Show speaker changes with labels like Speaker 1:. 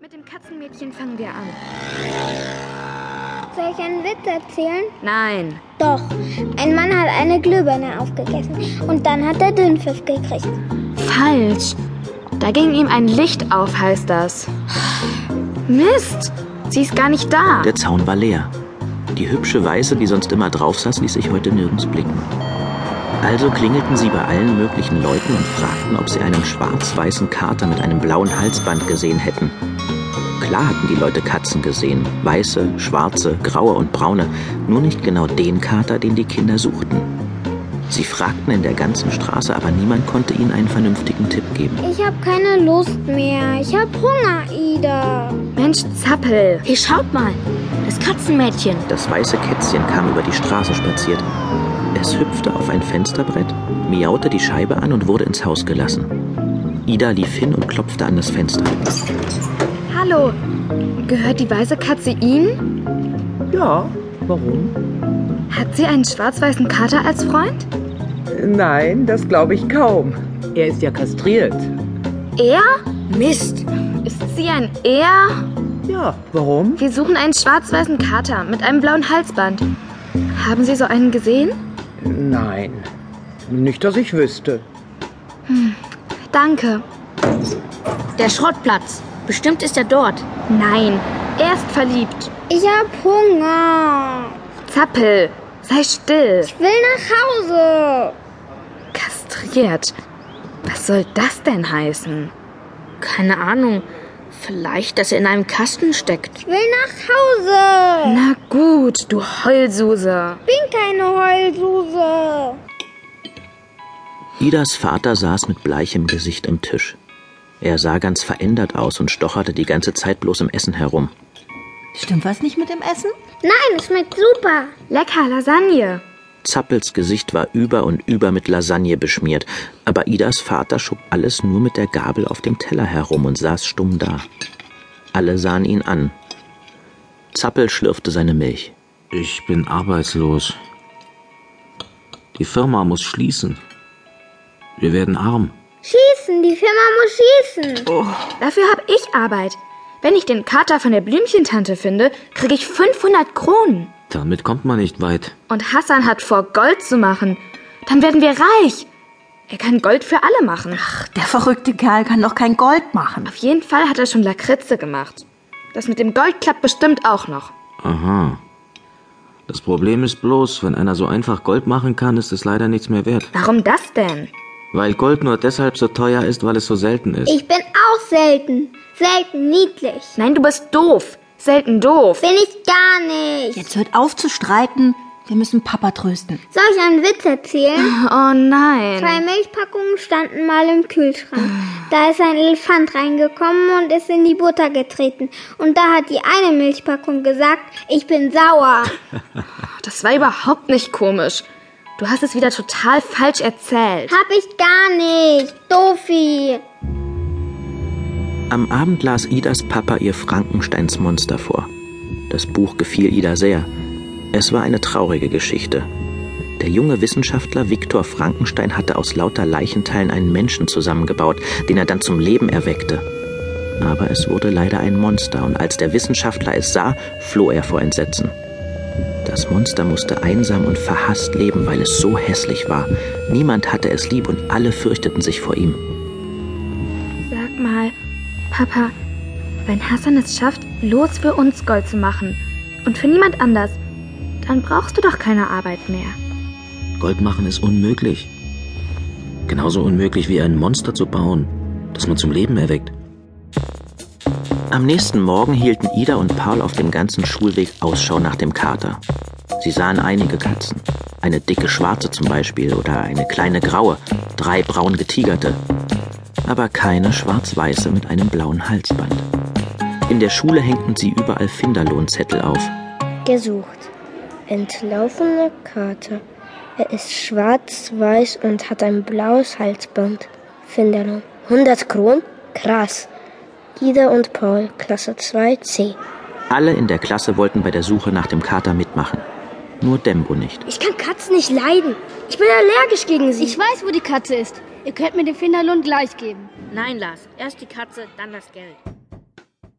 Speaker 1: Mit dem Katzenmädchen fangen wir an.
Speaker 2: Soll ich einen Witz erzählen?
Speaker 1: Nein.
Speaker 2: Doch. Ein Mann hat eine Glühbirne aufgegessen und dann hat er Dünnpfiff gekriegt.
Speaker 1: Falsch. Da ging ihm ein Licht auf, heißt das. Mist. Sie ist gar nicht da.
Speaker 3: Der Zaun war leer. Die hübsche Weiße, die sonst immer drauf saß, ließ sich heute nirgends blicken. Also klingelten sie bei allen möglichen Leuten und fragten, ob sie einen schwarz-weißen Kater mit einem blauen Halsband gesehen hätten. Klar hatten die Leute Katzen gesehen, weiße, schwarze, graue und braune, nur nicht genau den Kater, den die Kinder suchten. Sie fragten in der ganzen Straße, aber niemand konnte ihnen einen vernünftigen Tipp geben.
Speaker 2: Ich habe keine Lust mehr. Ich habe Hunger, Ida.
Speaker 1: Mensch, Zappel. Hier, schaut mal. Das Katzenmädchen.
Speaker 3: Das weiße Kätzchen kam über die Straße spaziert. Es hüpfte auf ein Fensterbrett, miaute die Scheibe an und wurde ins Haus gelassen. Ida lief hin und klopfte an das Fenster.
Speaker 1: Hallo. Gehört die weiße Katze Ihnen?
Speaker 4: Ja, warum?
Speaker 1: Hat sie einen schwarz-weißen Kater als Freund?
Speaker 4: Nein, das glaube ich kaum. Er ist ja kastriert.
Speaker 1: Er?
Speaker 5: Mist.
Speaker 1: Ist sie ein Er?
Speaker 4: Ja, warum?
Speaker 1: Wir suchen einen schwarz-weißen Kater mit einem blauen Halsband. Haben Sie so einen gesehen?
Speaker 4: Nein. Nicht, dass ich wüsste.
Speaker 1: Danke.
Speaker 5: Der Schrottplatz. Bestimmt ist er dort.
Speaker 1: Nein. Er ist verliebt.
Speaker 2: Ich habe Hunger.
Speaker 1: Zappel. Sei still.
Speaker 2: Ich will nach Hause.
Speaker 1: Kastriert. Was soll das denn heißen?
Speaker 5: Keine Ahnung. Vielleicht, dass er in einem Kasten steckt.
Speaker 2: Ich will nach Hause.
Speaker 1: Na gut, du Heulsuse.
Speaker 2: Ich bin keine Heulsuse.
Speaker 3: Idas Vater saß mit bleichem Gesicht am Tisch. Er sah ganz verändert aus und stocherte die ganze Zeit bloß im Essen herum.
Speaker 6: Stimmt was nicht mit dem Essen?
Speaker 2: Nein, es schmeckt super.
Speaker 1: Lecker Lasagne.
Speaker 3: Zappels Gesicht war über und über mit Lasagne beschmiert, aber Idas Vater schob alles nur mit der Gabel auf dem Teller herum und saß stumm da. Alle sahen ihn an. Zappel schlürfte seine Milch.
Speaker 7: Ich bin arbeitslos. Die Firma muss schließen. Wir werden arm.
Speaker 2: Schießen, die Firma muss schießen.
Speaker 1: Dafür hab ich Arbeit. Wenn ich den Kater von der Blümchentante finde, krieg ich 500 Kronen.
Speaker 7: Damit kommt man nicht weit.
Speaker 1: Und Hassan hat vor, Gold zu machen. Dann werden wir reich. Er kann Gold für alle machen.
Speaker 6: Der verrückte Kerl kann doch kein Gold machen.
Speaker 1: Auf jeden Fall hat er schon Lakritze gemacht. Das mit dem Gold klappt bestimmt auch noch.
Speaker 7: Aha. Das Problem ist bloß, wenn einer so einfach Gold machen kann, ist es leider nichts mehr wert.
Speaker 1: Warum das denn?
Speaker 7: Weil Gold nur deshalb so teuer ist, weil es so selten ist.
Speaker 2: Ich bin auch selten. Selten niedlich.
Speaker 1: Nein, du bist doof. Selten doof.
Speaker 2: Bin ich gar nicht.
Speaker 6: Jetzt hört auf zu streiten. Wir müssen Papa trösten.
Speaker 2: Soll ich einen Witz erzählen?
Speaker 1: Oh nein.
Speaker 2: Zwei Milchpackungen standen mal im Kühlschrank. Da ist ein Elefant reingekommen und ist in die Butter getreten. Und da hat die eine Milchpackung gesagt, ich bin sauer.
Speaker 1: Das war überhaupt nicht komisch. Du hast es wieder total falsch erzählt.
Speaker 2: Hab ich gar nicht. Doofi.
Speaker 3: Am Abend las Idas Papa ihr Frankensteins Monster vor. Das Buch gefiel Ida sehr. Es war eine traurige Geschichte. Der junge Wissenschaftler Viktor Frankenstein hatte aus lauter Leichenteilen einen Menschen zusammengebaut, den er dann zum Leben erweckte. Aber es wurde leider ein Monster, und als der Wissenschaftler es sah, floh er vor Entsetzen. Das Monster musste einsam und verhasst leben, weil es so hässlich war. Niemand hatte es lieb und alle fürchteten sich vor ihm.
Speaker 1: Sag mal, Papa, wenn Hassan es schafft, los für uns Gold zu machen und für niemand anders, dann brauchst du doch keine Arbeit mehr.
Speaker 7: Gold machen ist unmöglich. Genauso unmöglich wie ein Monster zu bauen, das man zum Leben erweckt.
Speaker 3: Am nächsten Morgen hielten Ida und Paul auf dem ganzen Schulweg Ausschau nach dem Kater. Sie sahen einige Katzen. Eine dicke schwarze zum Beispiel oder eine kleine graue, drei braun getigerte. Aber keine schwarz-weiße mit einem blauen Halsband. In der Schule hängten sie überall Finderlohnzettel auf.
Speaker 8: Gesucht. Entlaufener Kater. Er ist schwarz-weiß und hat ein blaues Halsband. Finderlohn. 100 Kronen? Krass. Ida und Paul, Klasse 2c.
Speaker 3: Alle in der Klasse wollten bei der Suche nach dem Kater mitmachen. Nur Dembo nicht.
Speaker 8: Ich kann Katzen nicht leiden. Ich bin allergisch gegen sie.
Speaker 9: Ich weiß, wo die Katze ist. Ihr könnt mir den Finderlohn gleich geben.
Speaker 5: Nein, Lars. Erst die Katze, dann das Geld.